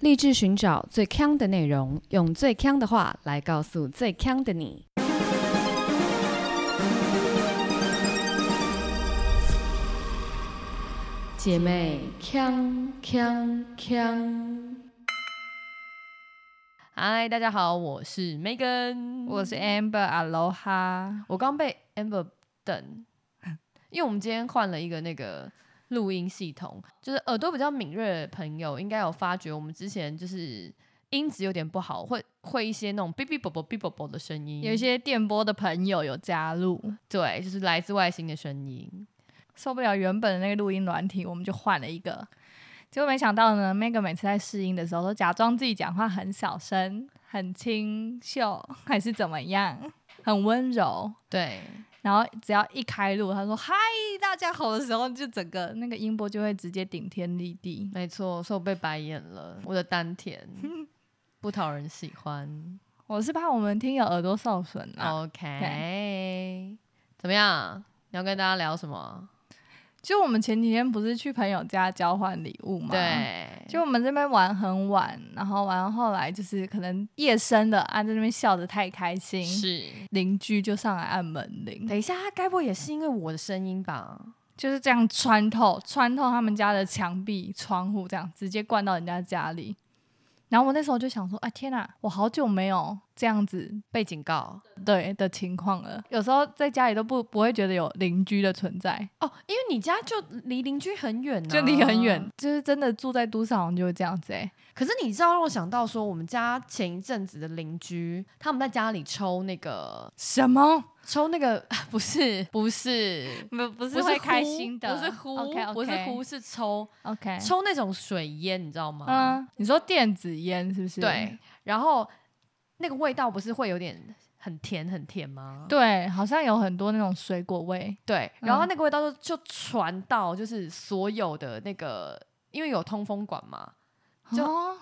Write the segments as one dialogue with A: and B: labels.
A: 立志寻找最强的内容，用最强的话来告诉最强的你。姐妹，强强强！
B: 嗨，大家好，我是 Megan，
C: 我是 Amber Aloha。
B: 我刚被 Amber 等，因为我们今天换了一个那个录音系统，就是耳朵比较敏锐的朋友应该有发觉，我们之前就是音质有点不好，会会一些那种哔哔啵啵哔啵啵的声音，
C: 有一些电波的朋友有加入，
B: 对，就是来自外星的声音。
C: 受不了原本的那个录音软体，我们就换了一个。结果没想到呢，Meg 每次在试音的时候都假装自己讲话很小声、很清秀，还是怎么样，很温柔。
B: 对，
C: 然后只要一开录，他说“嗨，大家好”的时候，就整个那个音波就会直接顶天立地。
B: 没错，所以我被白眼了，我的丹田不讨人喜 欢。
C: 我是怕我们听友耳朵受损啦。
B: 哦 OK，怎么样？你要跟大家聊什么？
C: 就我们前几天不是去朋友家交换礼物吗？
B: 对，
C: 就我们这边玩很晚，然后玩到后来就是可能夜深了，啊，在那边笑得太开心，
B: 是。
C: 邻居就上来按门铃，
B: 等一下，他该不会也是因为我的声音吧？
C: 就是这样穿透穿透他们家的墙壁、窗户，这样直接灌到人家家里。然后我那时候就想说，啊天哪，我好久没有这样子
B: 被警告
C: 对的情况了。有时候在家里都不不会觉得有邻居的存在，
B: 哦，因为你家就离邻居很远、啊，
C: 就离很远。，就是真的住在都市好像就会这样子哎、
B: 可是你知道让我想到说，我们家前一阵子的邻居，他们在家里抽那个
C: 什么？
B: 抽那个， 不是不是。
C: 不不
B: 不
C: 会
B: 是
C: 开
B: 呼
C: 心的，
B: 不是呼
C: o k o k
B: 不是呼，是抽
C: OK，
B: 抽那种水烟，你知道吗？
C: 嗯，你说电子烟是不是？
B: 对，然后那个味道不是会有点很甜很甜吗？
C: 对，好像有很多那种水果味，
B: 对，然后
C: 嗯
B: 那个味道就就传到就是所有的那个，因为有通风管嘛，就
C: 哦、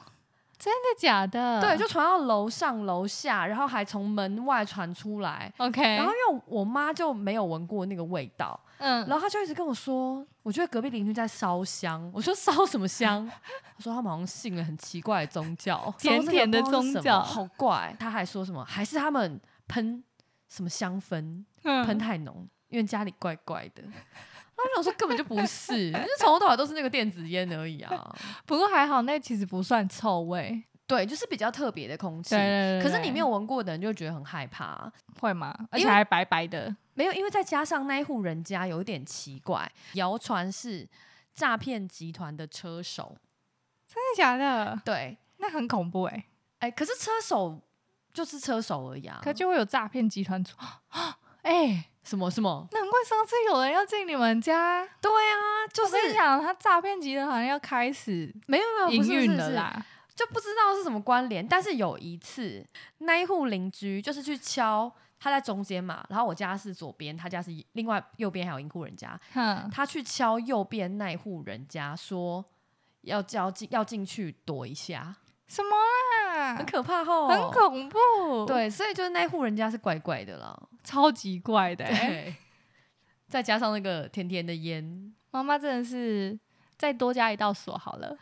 C: 真的假的？
B: 对，就传到楼上楼下，然后还从门外传出来。
C: OK，
B: 然后因为我妈就没有闻过那个味道，
C: 嗯，
B: 然后她就一直跟我说，我觉得隔壁邻居在烧香。我说烧什么香？ 她说他们好像信了很奇怪的宗教，
C: 甜
B: 烧这个
C: 甜的
B: 不知道是
C: 宗
B: 什么
C: 教
B: 好怪。她还说什么？还是他们喷什么香氛？喷
C: 嗯，
B: 太浓，因为家里怪怪的。 然后我想说根本就不 是，就从头到尾都是那个电子烟而已啊。
C: 不过还好，那其实不算臭味，
B: 对，就是比较特别的空气
C: 对。对对
B: 可是你
C: 对
B: 没有闻过的人就会觉得很害怕，
C: 会吗？而
B: 因
C: 且
B: 为
C: 还白白的，
B: 没有，因为再加上那一户人家有一点奇怪，谣传是诈骗集团的车手。
C: 真的假的？
B: 对，
C: 那很恐怖哎、
B: 哎，可是车手就是车手而已啊。
C: 可就会有诈骗集团出，嗯 哎、
B: 什么什么？
C: 难怪上次有人要进你们家，
B: 对啊，就
C: 我
B: 是
C: 跟你讲，他诈骗集团好像要开始
B: 没有没有不
C: 营
B: 是不
C: 运
B: 是
C: 了
B: 是
C: 啦。
B: 就不知道是什么关联。但是有一次，那一户邻居就是去敲，他在中间嘛，然后我家是左边，他家是另外右边还有一户人家，
C: 哼，
B: 他去敲右边那一户人家说。要叫进要进去躲一下，
C: 什么啦？
B: 啊很可怕吼，
C: 很恐怖，，
B: 对，所以就是那一户人家是怪怪的啦，
C: 超级怪的、欸。
B: 对，再加上那个甜甜的烟，
C: 妈妈真的是再多加一道锁好了，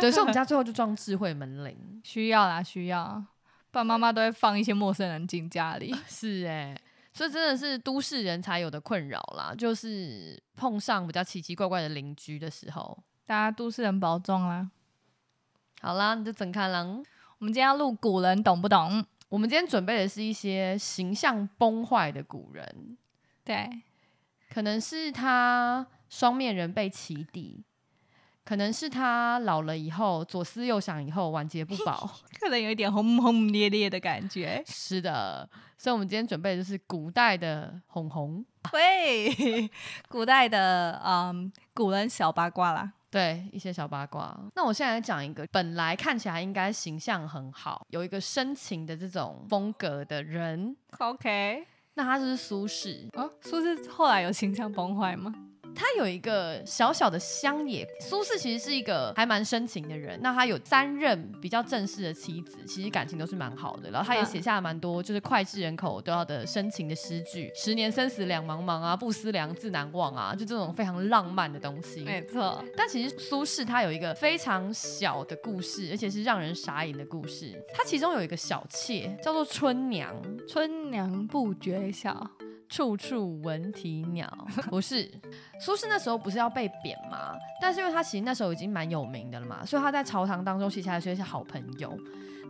B: 对，所以我们家最后就装智慧门铃，
C: 需要啦，需要，不然妈妈都会放一些陌生人进家里。
B: 是哎、所以真的是都市人才有的困扰啦，就是碰上比较奇奇怪怪的邻居的时候。
C: 大家都市人保重啦。
B: 好啦，你就整开狼。
C: 我们今天要录古人懂不懂？
B: 我们今天准备的是一些形象崩坏的古人，
C: 对，
B: 可能是他双面人被起底，可能是他老了以后左思右想以后晚节不保。。
C: 可能有一点轰轰烈烈的感觉
B: 是的，所以我们今天准备的就是古代的红红，
C: 喂， 古代的嗯，古人小八卦啦。
B: 对一些小八卦。那我现在来讲一个，本来看起来应该形象很好，有一个深情的这种风格的人，
C: OK，
B: 那他就是苏轼。
C: 哦啊，苏轼后来有形象崩坏吗？
B: 他有一个小小的乡野。苏轼其实是一个还蛮深情的人，那他有三任比较正式的妻子，其实感情都是蛮好的。然后他也
C: 嗯
B: 写下了蛮多就是脍炙人口都要的深情的诗句，“十年生死两茫茫啊，不思量，自难忘啊”，就这种非常浪漫的东西。
C: 没错，
B: 但其实苏轼他有一个非常小的故事，而且是让人傻眼的故事。他其中有一个小妾叫做春娘，
C: 春娘不觉晓，
B: 处处闻啼鸟。不是，苏轼那时候不是要被贬吗？但是因为他其实那时候已经蛮有名的了嘛，所以他在朝堂当中其实还有一些好朋友。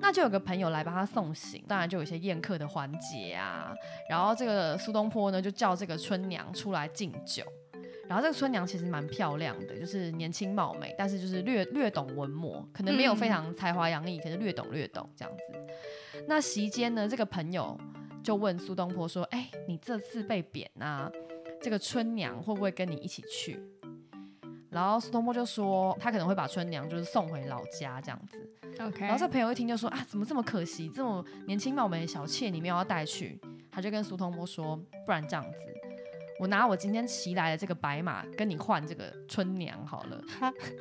B: 那就有个朋友来帮他送行，当然就有一些宴客的环节啊。然后这个苏东坡呢，就叫这个春娘出来敬酒。然后这个春娘其实蛮漂亮的，就是年轻貌美，但是就是略略懂文墨，可能没有非常才华洋溢，可是略懂略懂这样子。那席间呢，这个朋友就问苏东坡说：“哎，你这次被贬啊，这个春娘会不会跟你一起去？”然后苏东坡就说他可能会把春娘就是送回老家这样子。
C: OK，
B: 然后这朋友一听就说啊，怎么这么可惜，这么年轻貌美的小妾你没有要带去？他就跟苏东坡说，不然这样子，我拿我今天骑来的这个白马跟你换这个春娘好了，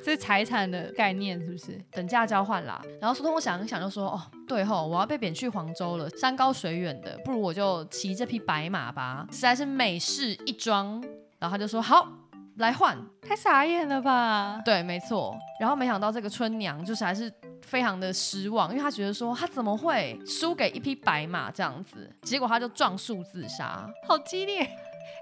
C: 是财产的概念是不是？
B: 等价交换啦。然后苏东坡想一想就说，哦，对吼，我要被贬去黄州了，山高水远的，不如我就骑这匹白马吧，实在是美事一桩。然后他就说好，来换。
C: 太傻眼了吧？
B: 对，没错。然后没想到这个春娘就是还是非常的失望，因为她觉得说她怎么会输给一匹白马这样子，结果她就撞树自杀。
C: 好激烈！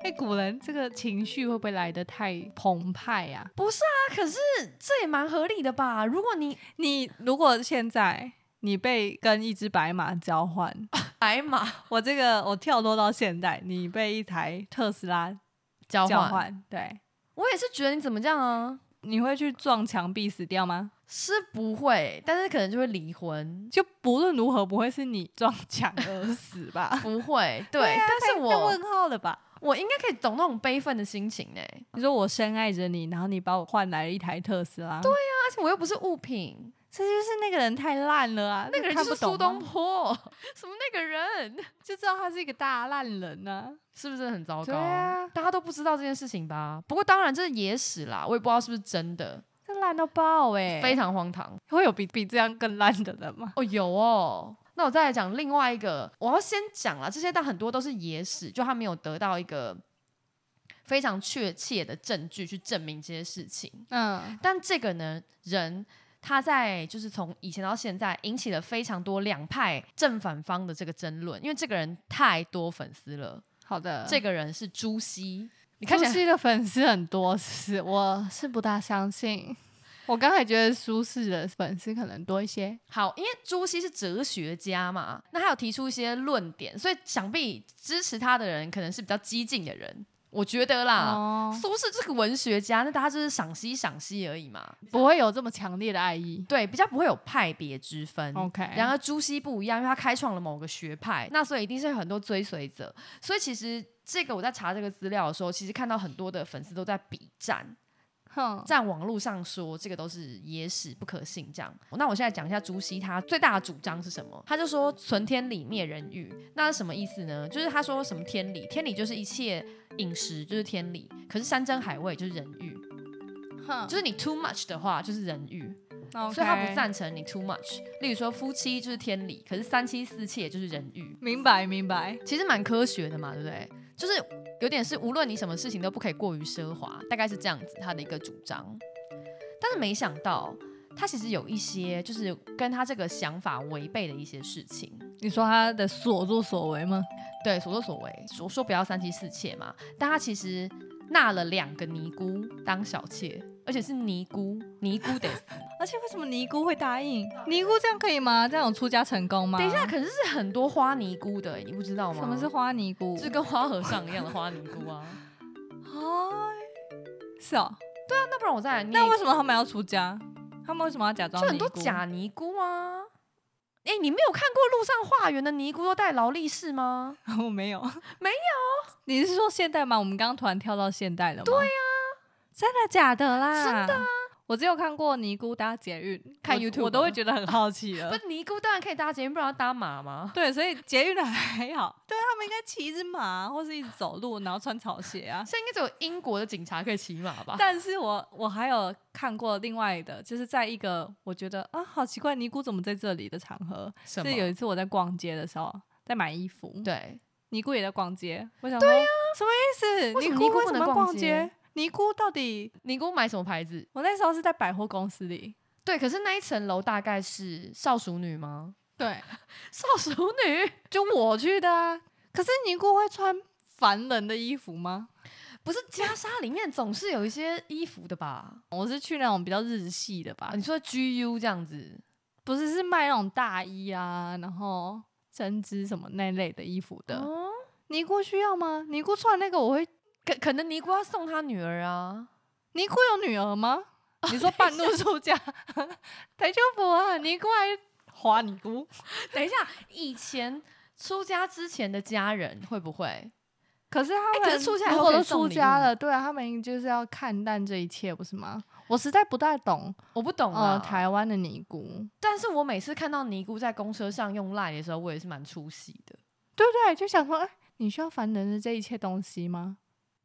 C: 哎、古人这个情绪会不会来得太澎湃呀、
B: 不是啊，可是这也蛮合理的吧？如果 你
C: 你如果现在你被跟一只白马交 换，
B: 白马
C: 我这个我跳脱到现代，你被一台特斯拉
B: 交
C: 交
B: 换，
C: 换，对，
B: 我也是觉得你怎么这样啊？
C: 你会去撞墙壁死掉吗？
B: 是不会，但是可能就会离婚。
C: 就不论如何不会是你撞墙而死 吧？
B: 不会，对，
C: 啊
B: 但是
C: 太
B: 我
C: 问号了吧？
B: 我应该可以懂那种悲愤的心情呢、
C: 你说我深爱着你，然后你把我换来了一台特斯拉，对呀、
B: 而且我又不是物品，
C: 这就是那个人太烂了啊！
B: 那个人就
C: 看
B: 是
C: 不懂
B: 苏东
C: 吗，
B: 坡，什么那个人？
C: 就知道他是一个大烂人啊呢、
B: 是不是很糟糕？
C: 对啊
B: 大家都不知道这件事情吧？不过当然这是野史啦，我也不知道是不是真的，
C: 这烂到爆哎、
B: 非常荒唐
C: 会有比比这样更烂的人吗？
B: 哦。有哦，那我再来讲另外一个，我要先讲啦，这些但很多都是野史，就他没有得到一个非常确切的证据去证明这些事情。
C: 嗯，
B: 但这个呢，人他在就是从以前到现在引起了非常多两派正反方的这个争论，因为这个人太多粉丝了。
C: 好的，
B: 这个人是朱熹，你
C: 你
B: 看
C: 看
B: 起来
C: 苏轼的粉丝很多，是不是？我是不大相信。我刚才觉得苏轼的粉丝可能多一些，
B: 好，因为朱熹是哲学家嘛，那他有提出一些论点，所以想必支持他的人可能是比较激进的人，我觉得啦。
C: 哦，
B: 苏轼这个文学家，那大家就是赏析赏析而已嘛，
C: 不会有这么强烈的爱意。
B: 对，比较不会有派别之分。
C: OK，
B: 然而朱熹不一样，因为他开创了某个学派，那所以一定是有很多追随者。所以其实这个我在查这个资料的时候，其实看到很多的粉丝都在比战，
C: 哼，
B: 在网络上说这个都是野史不可信这样。那我现在讲一下朱熹他最大的主张是什么？他就说存天理灭人欲，那是什么意思呢？就是他说什么天理，天理就是一切饮食就是天理，可是山珍海味就是人欲，
C: 哼，
B: 就是你 too much 的话就是人欲，
C: 所
B: 所以他不。赞成你 too much。例如说夫妻就是天理，可是三妻四妾就是人欲，
C: 明白，明白。
B: 其实蛮科学的嘛，对不对？就是有点是无论你什么事情都不可以过于奢华，大概是这样子他的一个主张。但是没想到他其实有一些就是跟他这个想法违背的一些事情，
C: 你说他的所作所为吗？
B: 对所作所为，我说不要三妻四妾嘛，但他其实纳了两个尼姑当小妾，而且是尼姑， 尼姑得死。
C: 而且为什么尼姑会答应？尼姑这样可以吗？这样有出家成功吗？
B: 等一下，，可是是很多花尼姑的，欸你不知道吗？
C: 什么是花尼姑？
B: 就是跟花和尚一样的花尼姑 啊。
C: 哎，是哦。
B: 那不然我再来念
C: 那
B: 一个，
C: 为什么他们要出家？他们为什么要假装？
B: 就很多假尼姑啊。哎、你没有看过路上化缘的尼姑都戴劳力士吗？
C: 我没有，
B: 没
C: 有。你是说现代吗？我们刚刚突然跳到现代了吗？对呀、真的假的啦？真的、我我只有看过尼姑搭捷运，
B: 啊看
C: 我
B: YouTube
C: 我都会
B: 吗
C: 觉得很好奇
B: 不
C: 了。
B: 是尼姑当然可以搭捷运，不然要搭马吗？
C: 对，所以捷运的还好，对他们应该骑一只马或是一直走路，然后穿草鞋啊。
B: 现在应该只有英国的警察可以骑马吧？
C: 但是我我还有看过另外的，就是在一个我觉得啊好奇怪，尼姑怎么在这里的场合，
B: 什么
C: 是？有一次我在逛街的时候，在买衣服，
B: 对，
C: 尼姑也在逛街，我想对呀、什么意思？
B: 为什么
C: 尼
B: 尼姑
C: 姑为
B: 不
C: 什
B: 能
C: 么要
B: 逛
C: 逛
B: 街
C: 街？尼姑到底？
B: 尼姑买什么牌子？
C: 我那时候是在百货公司里，
B: 对，可是那一层楼大概是少熟女吗？
C: 对，
B: 少熟女
C: 就我去的啊。可是尼姑会穿凡人的衣服吗？
B: 不是袈裟里面总是有一些衣服的吧？
C: 我是去那种比较日系的吧
B: 啊，，你说 GU 这样子，
C: 不是是卖那种大衣啊，然后针织什么那类的衣服的。
B: 哦，
C: 尼姑需要吗？尼姑穿那个我会，
B: 可可能尼姑要送她女儿啊，
C: 尼姑有女儿吗？你说半路出家， 台就不啊，尼姑还花尼姑，
B: 等一下，以前出家之前的家人会不会？
C: 哎可是他
B: 欸
C: 们、
B: 可是出家以
C: 如
B: 后
C: 果
B: 可以
C: 都
B: 送
C: 出
B: 礼
C: 家
B: 物
C: 了，对啊，他们就是要看淡这一切，不是吗？我实在不太懂，
B: 我不懂啊。
C: 呃，台湾的尼姑，
B: 但是我每次看到尼姑在公车上用赖的时候，我也是蛮出戏的。
C: 对不对？就想说，哎、你需要凡人的这一切东西吗？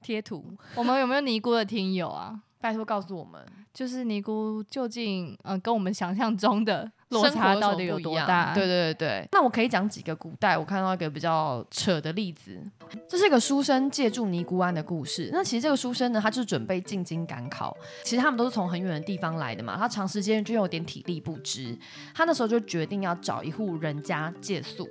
B: 贴图，
C: 我们有没有尼姑的听友啊？
B: 拜托告诉我们
C: 就是尼姑究竟，呃，跟我们想象中的落
B: 生活
C: 差到
B: 什么
C: 底有
B: 不一
C: 多
B: 样
C: 大？
B: 对对对对。那我可以讲几个古代我看到一个比较扯的例子，这是一个书生借住尼姑庵的故事。那其实这个书生呢，他就是准备进京赶考，其实他们都是从很远的地方来的嘛，他长时间就有点体力不支，他那时候就决定要找一户人家借宿。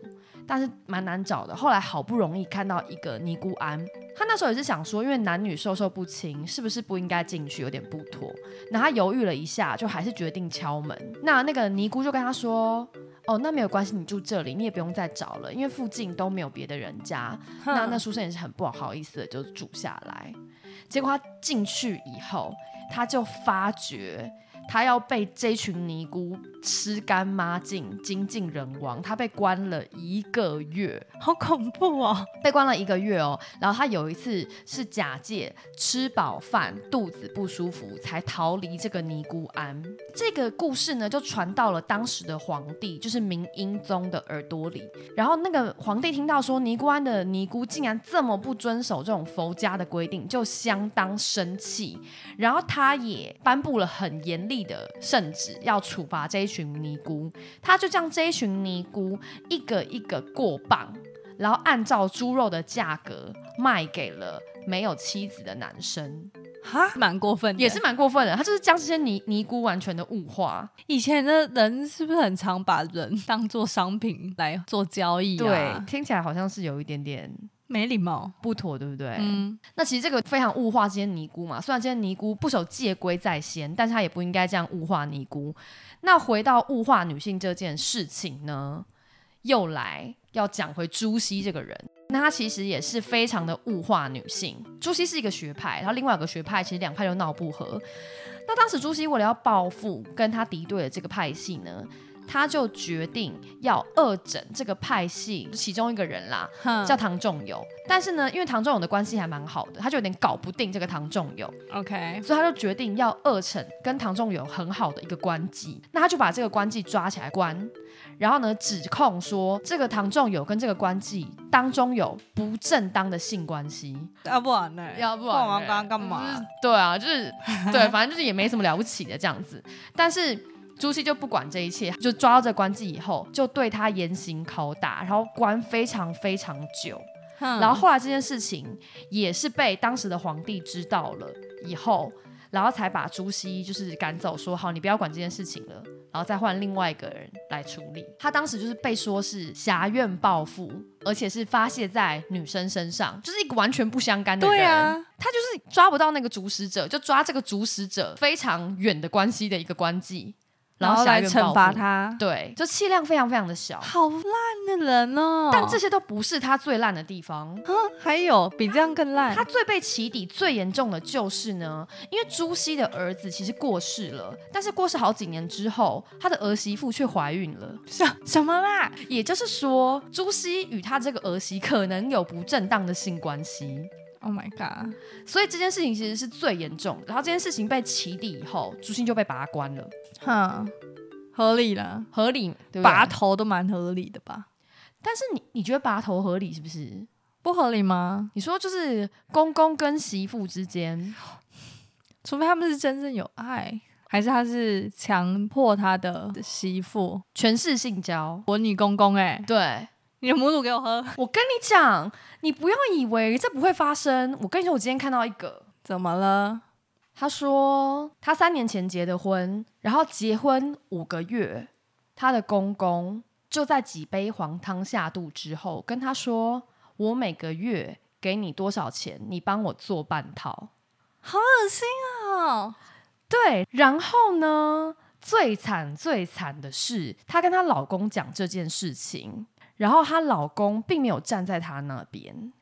B: 但是蛮难找的，后来好不容易看到一个尼姑庵，他那时候也是想说，因为男女授受不亲，是不是不应该进去，有点不妥。那他犹豫了一下，就还是决定敲门。那那个尼姑就跟他说：“哦，那没有关系，你住这里，你也不用再找了，因为附近都没有别的人家。”
C: 哼
B: 那那书生也是很不好意思的，就住下来。结果他进去以后，他就发觉他要被这群尼姑吃干抹净、精尽人亡，他被关了一个月。
C: 好恐怖哦！
B: 被关了一个月哦。然后他有一次是假借吃饱饭肚子不舒服才逃离这个尼姑庵。这个故事呢，就传到了当时的皇帝，就是明英宗的耳朵里。然后那个皇帝听到说尼姑庵的尼姑竟然这么不遵守这种佛家的规定，就相当生气。然后他也颁布了很严厉的圣旨，要处罚这一群尼姑。他就将这一群尼姑一个一个过磅，然后按照猪肉的价格卖给了没有妻子的男生，
C: 哈，蛮过分的，
B: 也是蛮过分的。他就是将这些尼尼姑完全的物化，
C: 以前的人是不是很常把人当做商品来做交易啊？，
B: 听起来好像是有一点点
C: 没礼貌。
B: 不妥，对不对？
C: 嗯，
B: 那其实这个非常物化这些尼姑嘛，虽然这些尼姑不守戒规在先，但是她也不应该这样物化尼姑。那回到物化女性这件事情呢，又来要讲回朱熹这个人，那他其实也是非常的物化女性。朱熹是一个学派，然后另外有个学派，其实两派就闹不和。那当时朱熹为了要报复跟他敌对的这个派系呢，他就决定要恶整这个派系其中一个人啦，
C: 哼
B: 叫唐仲友。但是呢，因为唐仲友的关系还蛮好的，他就有点搞不定这个唐仲友，
C: OK，
B: 所以他就决定要二惩跟唐仲友很好的一个官妓。那他就把这个官妓抓起来关，然后呢指控说这个唐仲友跟这个官妓当中有不正当的性关系。
C: 要不然呢？
B: 要不然
C: 逛完
B: 嘞
C: 刚干
B: 就是
C: 嘛？
B: 对啊，就是对， 反正就是也没什么了不起的这样子。但是朱熹就不管这一切，就抓到这官妓以后，就对他严刑拷打，然后关非常非常久。
C: 哼
B: 然后后来这件事情也是被当时的皇帝知道了以后，然后才把朱熹就是赶走说，好你不要管这件事情了，然后再换另外一个人来处理。他当时就是被说是侠怨报复，而且是发泄在女生身上，就是一个完全不相干的人。
C: 对啊，
B: 他就是抓不到那个主使者，就抓这个主使者非常远的关系的一个官妓，
C: 然后
B: 侠
C: 来
B: 怨
C: 惩
B: 报
C: 罚
B: 复。
C: 他，
B: 对，就气量非常非常的小，
C: 好烂的人哦！
B: 但这些都不是他最烂的地方。
C: 还有比这样更烂
B: 他，最被起底最严重的就是呢，因为朱熹的儿子其实过世了，但是过世好几年之后，他的儿媳妇却怀孕了。
C: 什什么啦？
B: 也就是说，朱熹与他这个儿媳可能有不正当的性关系。
C: Oh my god！
B: 所以这件事情其实是最严重的。然后这件事情被起底以后，朱星就被拔关了，
C: 哼，合理啦，
B: 合理对不对？
C: 拔，头都蛮合理的吧？
B: 但是你你觉得拔头合理是不是？
C: 不合理吗？
B: 你说就是公公跟媳妇之间，
C: 除非他们是真正有爱，还是他是强迫他的媳妇
B: 全是性交，
C: 我女公公、欸？哎，
B: 哦对。
C: 你的母乳给我喝，
B: 我跟你讲，你不要以为这不会发生。我跟你说，我今天看到一个，
C: 怎么了？
B: 他说他三年前结的婚，然后结婚五个月，他的公公就在几杯黄汤下肚之后跟他说：“我每个月给你多少钱，你帮我做半套。
C: 好恶心哦！”
B: 对，然后呢，最惨最惨的是，她跟她老公讲这件事情，然后她老公并没有站在她那边。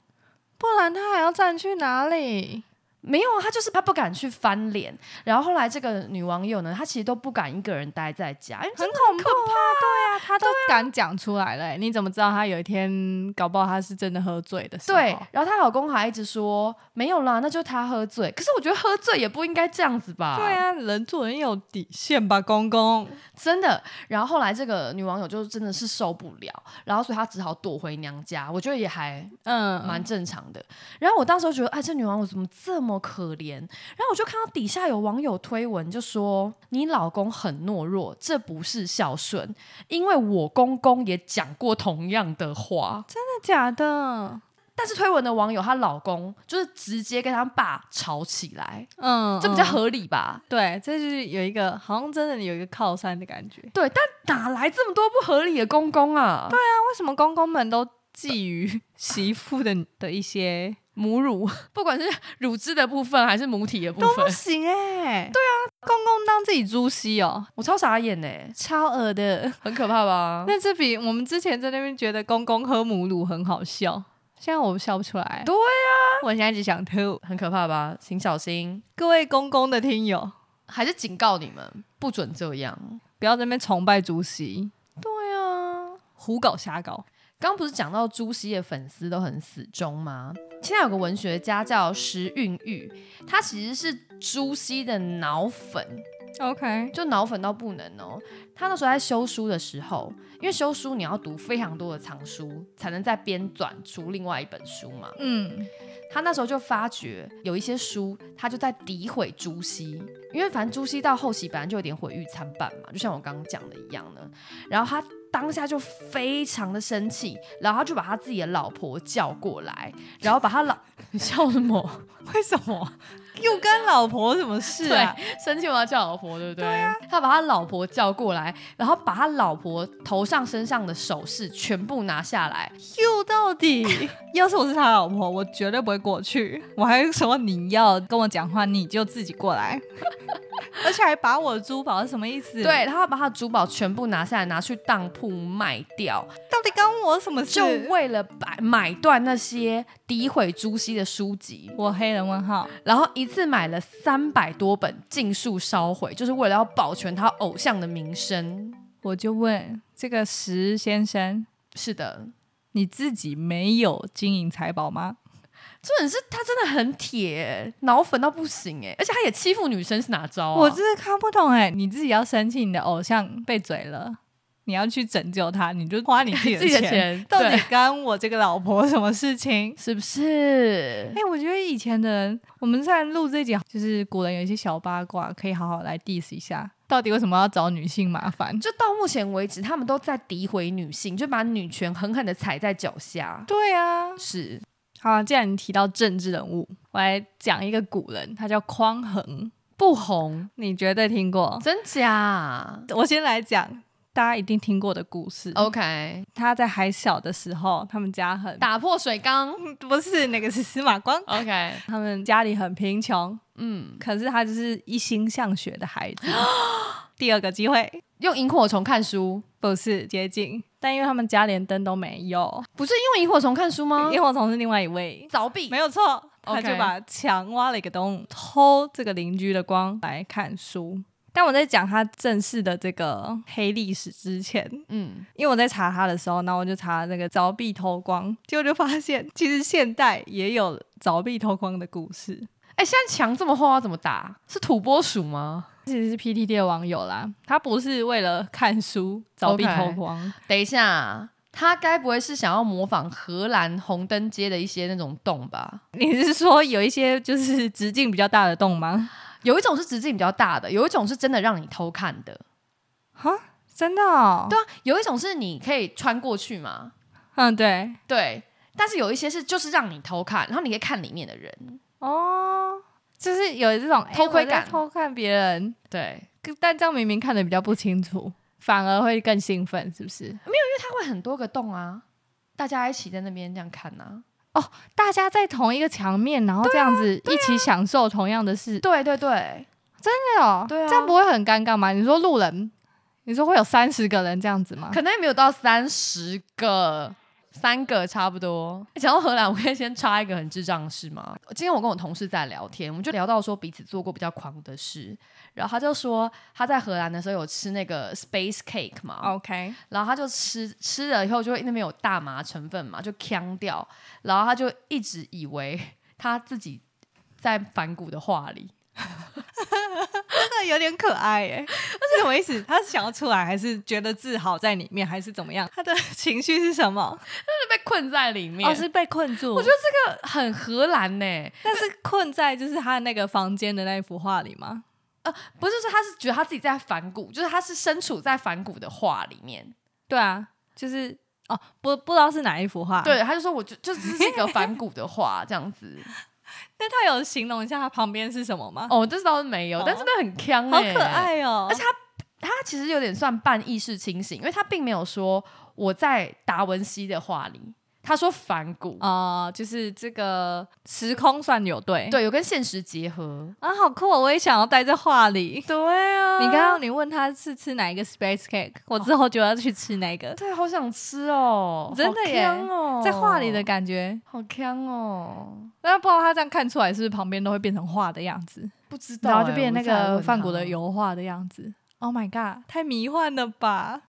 C: 不然他还要站去哪里？
B: 没有啊，她就是她不敢去翻脸。然后后来这个女网友呢，她其实都不敢一个人待在家，因为
C: 很恐怖啊！对啊，他都敢讲出来了欸、你怎么知道他有一天搞不好他是真的喝醉的时候？
B: 对，然后她老公还一直说没有啦，那就她喝醉。可是我觉得喝醉也不应该这样子吧？
C: 对，啊，人做人有底线吧，公公。
B: 真的。然后后来这个女网友就真的是受不了，然后所以她只好躲回娘家。我觉得也还
C: 嗯，
B: 蛮正常的。然后我当时就觉得，哎，这女网友怎么这么可怜？然后我就看到底下有网友推文，就说你老公很懦弱，这不是孝顺，因为我公公也讲过同样的话。
C: 真的假的？
B: 但是推文的网友，她老公就是直接跟她爸吵起来，
C: 嗯，
B: 这比较
C: 嗯。
B: 合理吧？
C: 对，这就是有一个好像真的有一个靠山的感觉。对
B: 对，但哪来这么多不合理的公公啊？对啊，
C: 啊，为什么公公们都觊 觎媳妇的的一些
B: 母乳，不管是乳汁的部分还是母体的部
C: 都不
B: 分，
C: 行哎、对啊，公公当自己猪吸哦，
B: 我超傻眼呢、
C: 超恶的。
B: 很可怕吧？
C: 那这比我们之前在那边觉得公公喝母乳很好笑，现在我笑不出来。
B: 对
C: 啊，我现在只想吐。
B: 很可怕吧？请小心，
C: 各位公公的听友，
B: 还是警告你们，不准这样。
C: 不要在那边崇拜猪吸，
B: 对啊，
C: 胡搞瞎搞。
B: 刚不是讲到朱熹的粉丝都很死忠吗？现在有个文学家叫石蕴玉，他其实是朱熹的脑粉，
C: OK，
B: 就脑粉到不能哦。他那时候在修书的时候，因为修书你要读非常多的藏书，才能再编纂出另外一本书嘛。
C: 嗯，
B: 他那时候就发觉有一些书，他就在诋毁朱熹，因为反正朱熹到后期本来就有点毁誉参半嘛，就像我刚刚讲的一样呢。然后他当下就非常的生气，然后他就把他自己的老婆叫过来，然后把他老你笑什么？
C: 为什么又跟老婆什么事啊？
B: 对，生气我要叫老婆，对不对？对啊，他把他老婆叫过来，然后把他老婆头上身上的首饰全部拿下来，
C: 又到底， 要是我是他老婆，我绝对不会过去。我还说你要跟我讲话，你就自己过来， 而且还把我的珠宝是什么意思？
B: 对，，然后他把他的珠宝全部拿下来，拿去当铺卖掉。
C: 到底关我什么事？
B: 就为了买买断那些诋毁朱熹的书籍，
C: 我黑人问号。
B: 然后一次买了三百多本，尽数烧毁，就是为了要保全他偶像的名声。
C: 我就问这个石先生，
B: 是的，
C: 你自己没有金银财宝吗？
B: 这人是他真的很铁，脑粉到不行哎，而且他也欺负女生是哪招啊？
C: 我真的看不懂哎、你自己要生气，你的偶像被嘴了，你要去拯救他，你就花你 自己的
B: 自己的钱
C: 到底
B: 对
C: 干我这个老婆什么事情？
B: 是不是
C: 哎、？我觉得以前的人，我们在录这集，就是古人有一些小八卦，可以好好来 diss 一下，到底为什么要找女性麻烦？
B: 就到目前为止，他们都在诋毁女性，就把女权狠狠的踩在脚下。
C: 对啊，
B: 是
C: 好啊，既然你提到政治人物，我来讲一个古人，他叫匡衡，
B: 不红，
C: 你绝对听过。
B: 真假
C: 我先来讲大家一定听过的故事。
B: 哦？OK，
C: 他在还小的时候，他们家很
B: 打破水缸。
C: 不是那个是司马光，
B: OK，
C: 他们家里很贫穷，
B: 嗯。
C: 可是他就是一心向学的孩子。第二个机会
B: 用萤火虫看书，
C: 不是接近，但因为他们家连灯都没有，
B: 不是用萤火虫看书吗？
C: 萤火虫是另外一位，
B: 凿壁
C: 没有错，他
B: 嗯 OK
C: 就把墙挖了一个洞，偷这个邻居的光来看书。但我在讲他正式的这个黑历史之前，
B: 嗯，
C: 因为我在查他的时候，然后我就查那个凿壁偷光，结果就发现其实现代也有凿壁偷光的故事。
B: 哎、现在墙这么厚要怎么打？是土拨鼠吗？
C: 其实是 PTT 的网友啦，他不是为了看书凿壁偷
B: OK
C: 光
B: 等一下，他该不会是想要模仿荷兰红灯街的一些那种洞吧？
C: 你是说有一些就是直径比较大的洞吗？
B: 有一种是直径比较大的，有一种是真的让你偷看的。
C: 真的、哦？
B: 对啊，有一种是你可以穿过去嘛，
C: 嗯，对，
B: 对。但是有一些是就是让你偷看，然后你可以看里面的人，
C: 哦，就是有这种哎
B: 偷窥
C: 我在
B: 感
C: 偷看别人，
B: 对，
C: 但这样明明看的比较不清楚，反而会更兴奋，是不是？
B: 它会很多个洞啊，大家一起在那边这样看呐、啊。
C: 大家在同一个墙面，然后这样子一起享受同样的事，
B: 对对对，
C: 对哦，
B: 对啊
C: 这样不会很尴尬吗？你说路人，你说会有三十个人这样子吗？
B: 可能也没有到三十个，三个差不多。讲到荷兰，我可以先插一个很智障的事吗？今天我跟我同事在聊天，我们就聊到说彼此做过比较狂的事，然后他就说他在荷兰的时候有吃那个 space cake 嘛，
C: OK，
B: 然后他就吃吃了以后，就会那边有大麻成分嘛，就呛掉，然后他就一直以为他自己在反骨的话里，
C: 那有点可爱耶，是什么意思？他是想要出来，还是觉得自豪在里面，还是怎么样？他的情绪是什么？
B: 就被困在里面。
C: 哦，是被困住。
B: 我觉得这个很荷兰呢、
C: 但是困在就是他那个房间的那一幅画里吗？
B: 不是说他是觉得他自己在反骨，就是他是身处在反骨的画里面。
C: 对啊，就是哦，不不知道是哪一幅画。，
B: 对，他就说我就就只是一个反骨的画这样子。
C: 但他有形容一下他旁边是什么吗？
B: 哦，这倒是没有，
C: 哦
B: 但真的很呛、欸，
C: 好可。爱哦！
B: 而且他其实有点算半意识清醒，因为他并没有说我在达文西的画里，他说反骨，
C: 哦，就是这个时空算有对
B: 对，有跟现实结合。
C: 啊，好酷、哦！我也想要待在画里。
B: 对啊
C: 你刚刚你问他是吃哪一个 space cake，我之后就要去吃那个。
B: 对，好想吃哦，
C: 真的耶
B: 好呛哦、
C: 在画里的感觉，
B: 好呛哦，
C: 那不知道他这样看出来是不是旁边都会变成画的样子，
B: 不知道欸、
C: 然后就变
B: 我
C: 那
B: 再来
C: 个
B: 问
C: 梵谷
B: 他
C: 的。油画的样子。Oh my god，太迷幻了吧！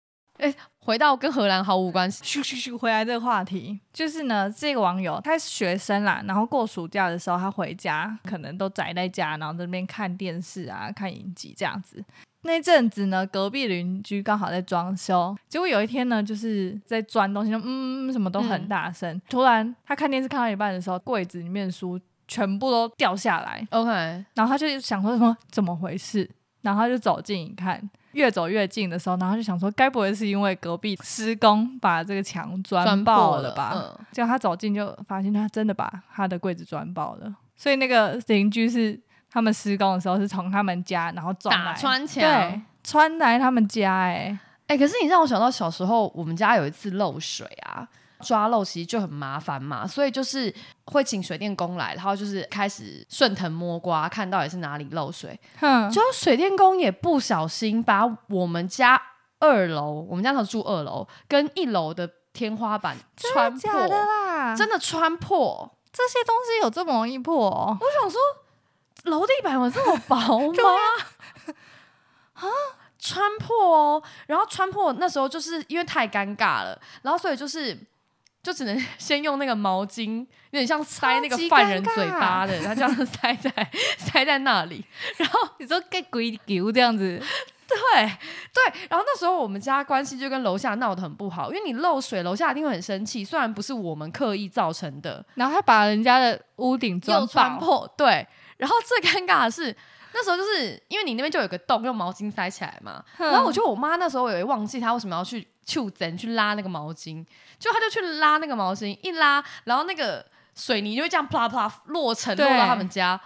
B: 回到跟荷兰毫无关系，
C: 咻咻咻，回来这个话题，就是呢，这个网友他是学生啦，然后过暑假的时候他回家，可能都宅在家，然后在那边看电视啊，看影集这样子。那阵子呢，隔壁邻居刚好在装修，结果有一天呢，就是在钻东西，就嗯，什么都很大声。突然他看电视看到一半的时候，柜子里面的书全部都掉下来，
B: OK，
C: 然后他就想说什么怎么回事，然后他就走近一看，越走越近的时候，然后他就想说，该不会是因为隔壁施工把这个墙
B: 钻
C: 钻爆
B: 破
C: 了
B: 了
C: 吧？
B: 嗯
C: 结果他走近就发现他真的把他的柜子钻爆了，所以那个邻居是他们施工的时候是从他们家然后钻
B: 打
C: 来
B: 穿墙。
C: 对，穿来他们家哎、
B: 哎、可是你让我想到小时候我们家有一次漏水啊，抓漏其实就很麻烦嘛，所以就是会请水电工来，然后就是开始顺藤摸瓜，看到底是哪里漏水。
C: 哼，
B: 结果水电工也不小心把我们家二楼，我们家那时候住二楼，跟一楼的天花板穿破，
C: 假的啦，
B: 真的穿破。
C: 这些东西有这么容易破、哦？
B: 我想说，楼地板有这么薄吗？啊， 穿破哦，然后穿破那时候就是因为太尴尬了，然后所以就是就只能先用那个毛巾，有点像塞那个
C: 超级
B: 犯人
C: 尴尬
B: 嘴巴的，他这样子塞在塞在那里。
C: 你说给鬼丢这样子，
B: 对对，然后那时候我们家关系就跟楼下闹得很不好，因为你漏水，楼下一定会很生气，虽然不是我们刻意造成的，
C: 然后他把人家的屋顶
B: 又
C: 钻
B: 穿
C: 爆，
B: 破，对。然后最尴尬的是，那时候就是因为你那边就有个洞，用毛巾塞起来嘛。
C: 哼
B: 然后我觉得我妈那时候也忘记她为什么要去去整去拉那个毛巾，就她就去拉那个毛巾，一拉，然后那个水泥就会这样啪啦啪啦落成落
C: 对
B: 到他们家。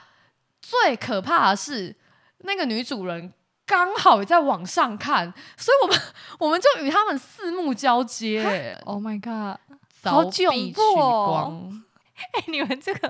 B: 最可怕的是，那个女主人刚好也在往上看，所以我们我们就与他们四目交接，
C: Oh my god！好
B: 凿
C: 窘
B: 壁取
C: 迫哦
B: 光。
C: 哎、 你们这个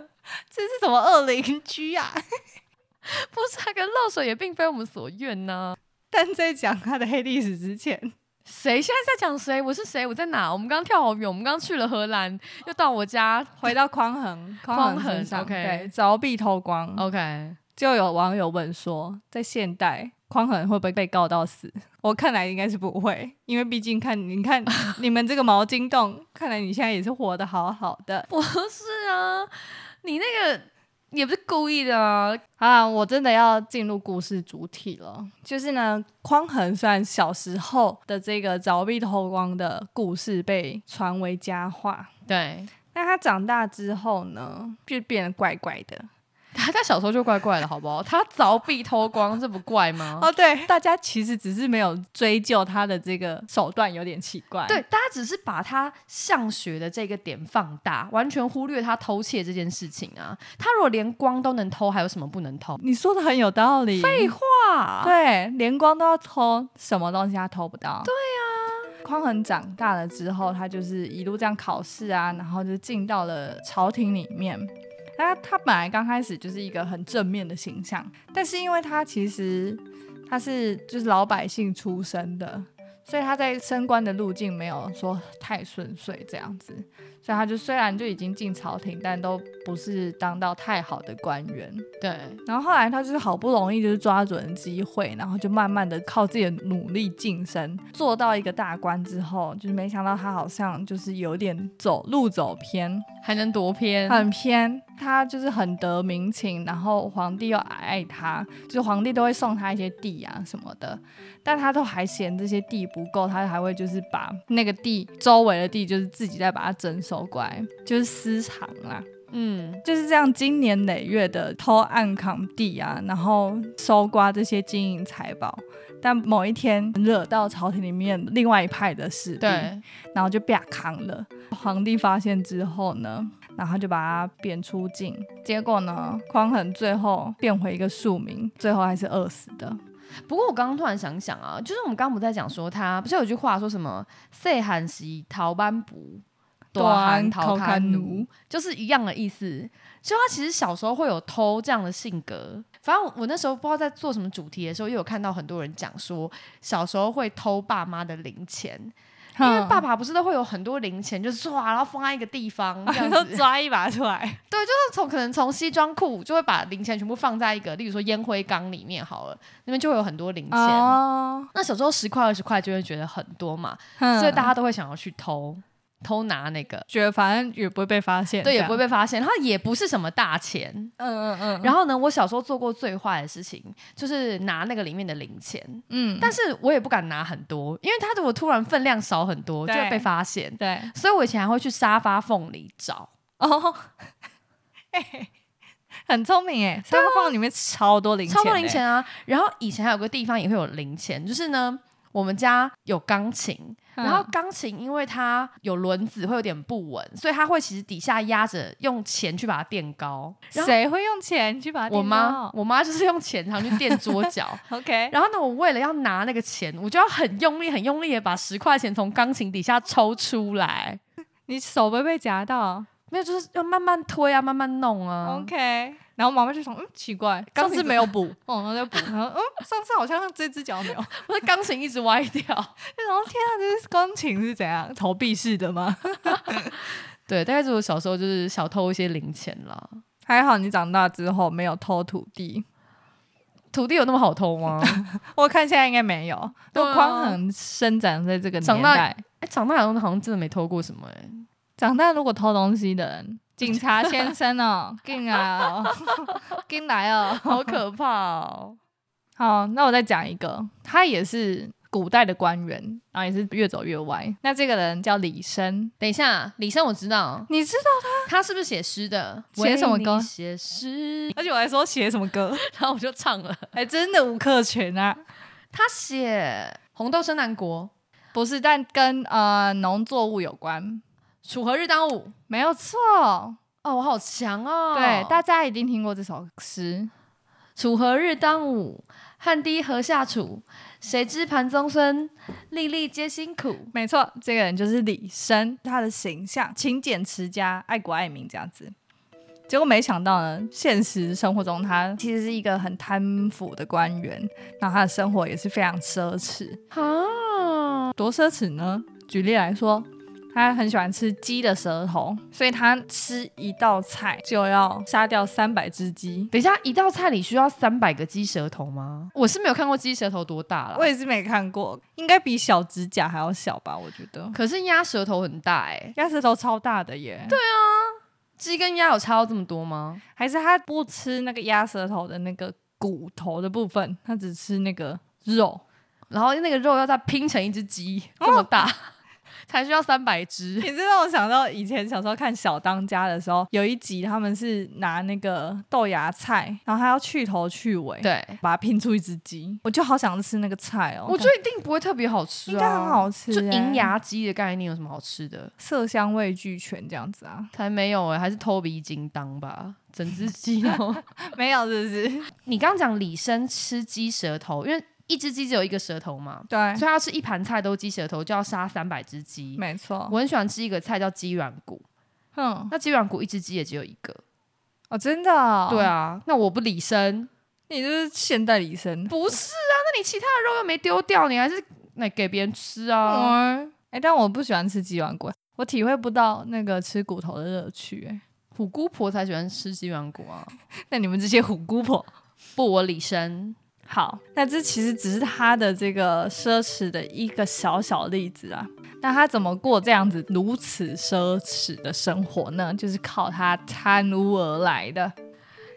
C: 这是什么恶邻居啊？
B: 不是那个漏水也并非我们所愿呐、
C: 但在讲他的黑历史之前，
B: 谁现在在讲谁？我是谁？我在哪？我们刚跳好远，我们刚去了荷兰，又到我家。
C: 回到匡衡，
B: 匡
C: 衡哦身
B: 衡
C: 上
B: ，OK
C: 对，凿壁偷光。
B: OK，
C: 就有网友问说，在现代匡衡会不会被告到死？ 我看来应该是不会，因为毕竟看你看 你们这个毛巾洞，看来你现在也是活得好好 的。
B: 不是啊，你那个也不是故意的啊。
C: 啊，我真的要进入故事主体了。就是呢，匡衡虽然小时候的这个凿壁偷光的故事被传为佳话，
B: 对，
C: 那他长大之后呢，就变得怪怪的。
B: 他他小时候就怪怪的，好不好？他凿壁偷光，这不怪吗？
C: 哦，对，大家其实只是没有追究他的这个手段有点奇怪。
B: 对，，大家只是把他上学的这个点放大，完全忽略他偷窃这件事情啊。他如果连光都能偷，还有什么不能偷？
C: 你说的很有道理。
B: 废话，
C: 对，连光都要偷，什么东西他偷不到？对呀、匡衡长大了之后，他就是一路这样考试啊，然后就进到了朝廷里面。那他本来刚开始就是一个很正面的形象，但是因为他其实他是就是老百姓出身的，所以他在升官的路径没有说太顺遂这样子，所以他就虽然就已经进朝廷，但都不是当到太好的官员。
B: 对
C: 然后后来他就是好不容易就是抓准机会，然后就慢慢的靠自己的努力晋升，做到一个大官之后，就是没想到他好像就是有点走路走偏，
B: 还能多偏？
C: 很偏。他就是很得民情，然后皇帝又爱他，就是皇帝都会送他一些地啊什么的，但他都还嫌这些地不够，他还会就是把那个地周围的地就是自己再把它征收过来，就是私藏啦。
B: 嗯，
C: 就是这样，经年累月的偷暗扛地啊，然后搜刮这些金银财宝，但某一天惹到朝廷里面另外一派的势力，
B: 对，
C: 然后就被扛了。皇帝发现之后呢，然后就把他贬出境。结果呢，匡衡最后变回一个庶民，最后还是饿死的。
B: 不过我刚刚突然想想啊，就是我们刚刚不在讲说他，不是有句话说什么“岁寒时逃班不，寒逃堪奴”，就是一样的意思。就他其实小时候会有偷这样的性格。反正我我那时候不知道在做什么主题的时候，也有看到很多人讲说，小时候会偷爸妈的零钱，因为爸
C: 爸
B: 爸不是都会有很多零钱，就是唰，然后放在一个地 方，这样
C: 都
B: 子。
C: 抓一把出来，
B: 对，就是从可能从西装裤就会把零钱全部放在一个，例如说烟灰缸里面好了，那边就会有很多零钱。
C: 哦，
B: 那小时候十块二十块就会觉得很多嘛，
C: 所
B: 所以大家都会想要去偷偷拿那个，
C: 觉得反正也不会被发现，
B: 对，也
C: 这样
B: 不会，被发现。然后也不是什么大钱。
C: 嗯嗯嗯，
B: 然
C: 后
B: 后呢，我小时候做过最坏的事情就是拿那个里面的零钱，
C: 嗯，
B: 但是我也不敢拿很多，因为它如果突然分量少很多，就
C: 对
B: 会被发现。
C: 对。
B: 所以我以前还会去沙发缝里找。
C: 哦， 很聪明哎，沙发放里面超多零钱，
B: 啊超过零，钱啊！然后以前还有个地方也会有零钱，就是呢，我们家有钢琴，
C: 嗯
B: 然后钢琴因为它有轮子，会有点不稳，所以它会其实底下压着用钱去把它垫高。然后
C: 谁会用钱去把它
B: 我
C: 订
B: 妈
C: 到，
B: 我妈就是用钱常去垫桌 角。
C: ？OK，
B: 然后呢，我为了要拿那个钱，我就要很用力、很用力的把十块钱从钢琴底下抽出来。
C: 你手被被夹到、
B: 没有，就是要慢慢推啊，慢慢弄啊。
C: o k 然后妈妈就想，嗯，奇怪，
B: 钢
C: 上
B: 琴
C: 次
B: 怎么
C: 没有补，哦，然后就补，然后嗯，上次好像这只脚没有， 然
B: 我的钢琴一直歪掉。
C: 后天啊，这是钢琴是怎样投币式的吗？
B: 对，大概是我小时候就是小偷一些零钱啦。
C: 还好你长大之后没有偷土地，
B: 土地有那么好偷 吗？
C: 我看现在应该没有。
B: 对
C: 都
B: 啊
C: 匡衡生长在这个
B: 长
C: 年
B: 大
C: 代，
B: 哎、长大好像好像真的没偷过什么哎、
C: 长大如果偷东西的人，警察先生哦，进来哦， 进来哦。
B: 好可怕哦！
C: 好，那我再讲一个，他也是古代的官员，然后也是越走越歪。那这个人叫李绅，
B: 等一下，李生我知道
C: 你知道？
B: 他是不是写诗的，
C: 写什么
B: 为你
C: 歌
B: 写诗，
C: 而且我还说写什么歌，
B: 然后我就唱了。
C: 还真的吴克群啊，
B: 他写《红豆生南国
C: 不是，但跟呃农作物有关，》，
B: 楚河日当午。
C: 没有错。
B: 哦，我好强哦！
C: 对，大家一定听过这首诗。
B: 楚河日当午，汗滴禾下土。谁知盘中餐，粒粒皆辛苦。
C: 没错，这个人就是李绅，他的形象勤俭持家、爱国爱民这样子。结果没想到呢，现实生活中他其实是一个很贪腐的官员，然后他的生活也是非常奢侈。
B: 啊，
C: 多奢侈呢？举例来说，他他很喜欢吃鸡的舌头，所以他吃一道菜就要杀掉三百只鸡。
B: 等一下，一道菜里需要三百个鸡舌头吗？我是没有看过鸡舌头多大啦。
C: 我也是没看过，应该比小指甲还要小吧？我觉得
B: 可是鸭舌头很大哎、
C: 鸭舌头超大的耶。对，
B: 鸡跟鸭有差到这么多吗？
C: 还是他不吃那个鸭舌头的那个骨头的部分，他只吃那个肉，
B: 然后那个肉要再拼成一只鸡这么大，才需要三百只。
C: 你知道我想到以前小时候看《小当家》的时候，有一集他们是拿那个豆芽菜，然后他要去头去 尾，，
B: 对，
C: 把它拼出一只鸡。我就好想吃那个菜哦，
B: 我觉
C: 得
B: 得一定不会特别好吃、啊，
C: 应该很好吃、
B: 就
C: 欸，
B: 银牙鸡的概念有什么好吃的？
C: 色香味俱全这样子 啊，
B: 才没有哎、还是偷鼻金当吧，整只鸡哦。
C: 没有是不是？
B: 你刚讲李生吃鸡舌头，因为一只鸡只有一个舌头嘛，
C: 对
B: 所以，他要吃一盘菜都鸡舌头，就要杀三百只鸡。
C: 没错，
B: 我很喜欢吃一个菜叫鸡软骨，
C: 哼，
B: 那鸡软骨一只鸡也只有一个。
C: 哦，真的、哦，
B: 对，啊，那我不李生，
C: 你就是现代医生，
B: 不是啊，那你其他的肉又没丢掉，你还是那给别人吃啊。
C: 嗯， 哎、但我不喜欢吃鸡软骨，我体会不到那个吃骨头的乐趣、欸。
B: 虎姑婆才喜欢吃鸡软骨啊，
C: 那你们这些虎姑婆，
B: 不，我李生。
C: 好，那这其实只是他的这个奢侈的一个小小例子啊。那他怎么过这样子如此奢侈的生活呢？就是靠他贪污而来的，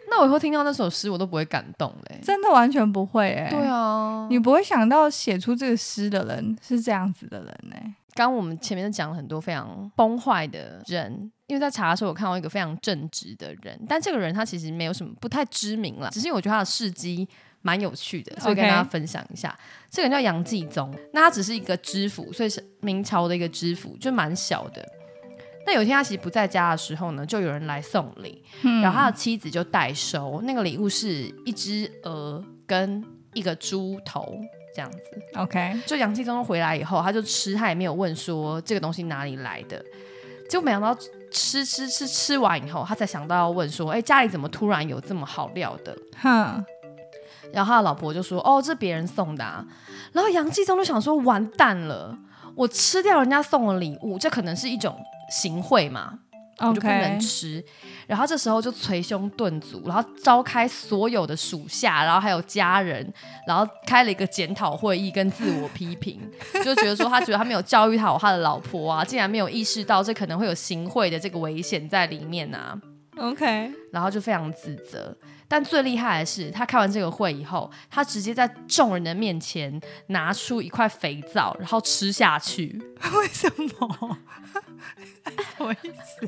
B: 那我以后听到那首诗，我都不会感动嘞、
C: 真的完全不会哎、
B: 对，啊，
C: 你不会想到写出这个诗的人是这样子的人哎、
B: 刚刚我们前面讲了很多非常崩坏的人，因为在查的时候，我看到一个非常正直的人，但这个人他其实没有什么不太知名了，只是因为我觉得他的事迹蛮有趣的，所以跟
C: OK
B: 大家分享一下。这个人叫杨继宗，那他只是一个知府，所以是明朝的一个知府，就蛮小的。那有一天他其实不在家的时候呢，就有人来送礼，然后他的妻子就代收，那个礼物是一只鹅跟一个猪头这样子。
C: OK，
B: 就杨继宗回来以后，他就吃，他也没有问说这个东西哪里来的，结果没想到吃吃吃吃完以后，他才想到要问说，哎、家里怎么突然有这么好料的？
C: 哼，
B: 然后他的老婆就说，哦，这别人送的、啊。然后杨继宗就想说，完蛋了，我吃掉人家送的礼物，这可能是一种行贿嘛，我就不
C: OK，
B: 能吃。然后这时候就捶胸顿足，然后召开所有的属下，然后还有家人，然后开了一个检讨会议跟自我批评，就觉得说他觉得他没有教育好他的老婆啊，竟然没有意识到这可能会有行贿的这个危险在里面啊。
C: OK，
B: 然后就非常自责。但最厉害的是，他开完这个会以后，他直接在众人的面前拿出一块肥皂，然后吃下去，
C: 为什么？什么意思？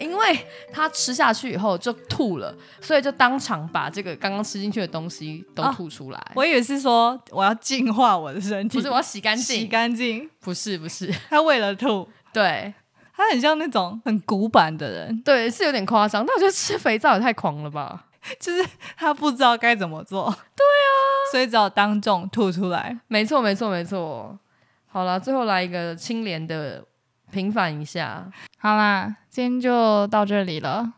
B: 因为他吃下去以后就吐了，所以就当场把这个刚刚吃进去的东西都吐出来。
C: 我以为是说我要净化我的身体，
B: 不是，我要哦洗干
C: 洗
B: 净。
C: 干净。
B: 不是，不是，
C: 他为了吐，
B: 对
C: 他很像那种很古板的人，
B: 对，是有点夸张。但我觉得吃肥皂也太狂了吧？
C: 就是他不知道该怎么做。对啊，所以只好当众吐出来。
B: 没错，没错，没错。好了，最后来一个清廉的平反一下。
C: 好啦，今天就到这里了。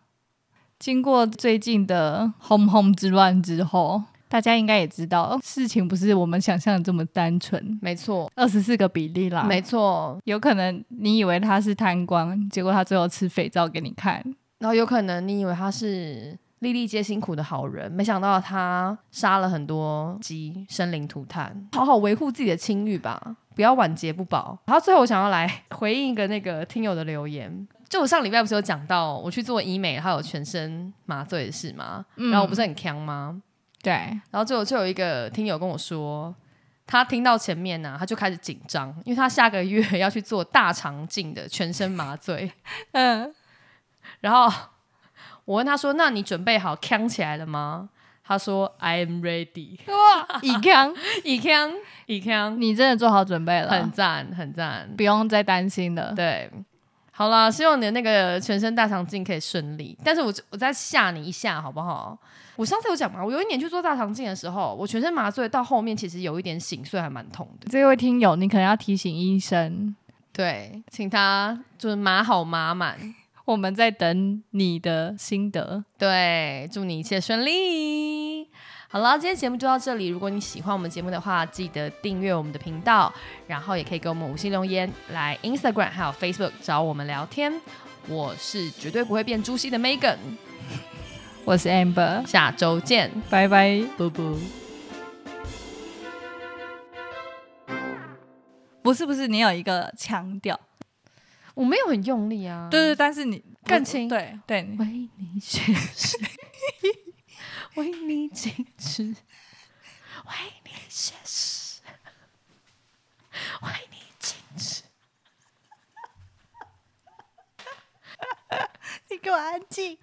C: 经过最近的轰轰之乱之后，大家应该也知道，事情不是我们想象的这么单纯。
B: 没错，
C: 二十四个比例啦，
B: 没错。
C: 有可能你以为他是贪官，结果他最后吃肥皂给你看。
B: 然后有可能你以为他是粒粒皆辛苦的好人，没想到他杀了很多鸡，生灵涂炭。好好维护自己的清誉吧，不要晚节不保。然后最后我想要来 回应一个那个听友的留言，就我上礼拜不是有讲到我去做医美，还有全身麻醉的事吗？
C: 嗯
B: 然后我不是很强吗？
C: 对，
B: 然后就有就有一个听友跟我说。他听到前面啊呢、他就开始紧张，因为他下个月要去做大肠镜的全身麻醉。
C: 嗯，
B: 然后我问他说：“那你准备好扛起来了吗？”他说：“I am ready。
C: 以康，”
B: 一扛一扛，
C: 你真的做好准备
B: 很
C: 了，
B: 赞很赞。
C: 不用再担心 了。
B: 对，好啦，希望你的那个全身大肠镜可以顺利。但是我我再吓你一下好不好？我上次有讲嘛，我有一年去做大肠镜的时候，我全身麻醉到后面其实有一点醒睡，还蛮痛的。
C: 这位听友，你可能要提醒医生，
B: 对，请他就是码好码满。
C: 我们在等你的心得。
B: 对，祝你一切顺利。好了，今天节目就到这里。如果你喜欢我们节目的话，记得订阅我们的频道，然后也可以给我们五星留言，来 Instagram 还有 Facebook 找我们聊天。我是绝对不会变猪心的 Megan，
C: 我是 Amber，
B: 下周见，
C: 拜拜。
B: 啵啵。
C: 不是不是，你有一个腔调，
B: 我没有很用力啊，
C: 对对，但是你
B: 更轻
C: 对对，你
B: 为你学诗， 为你静止， 为你写诗，为你静 止。
C: 你给我安静。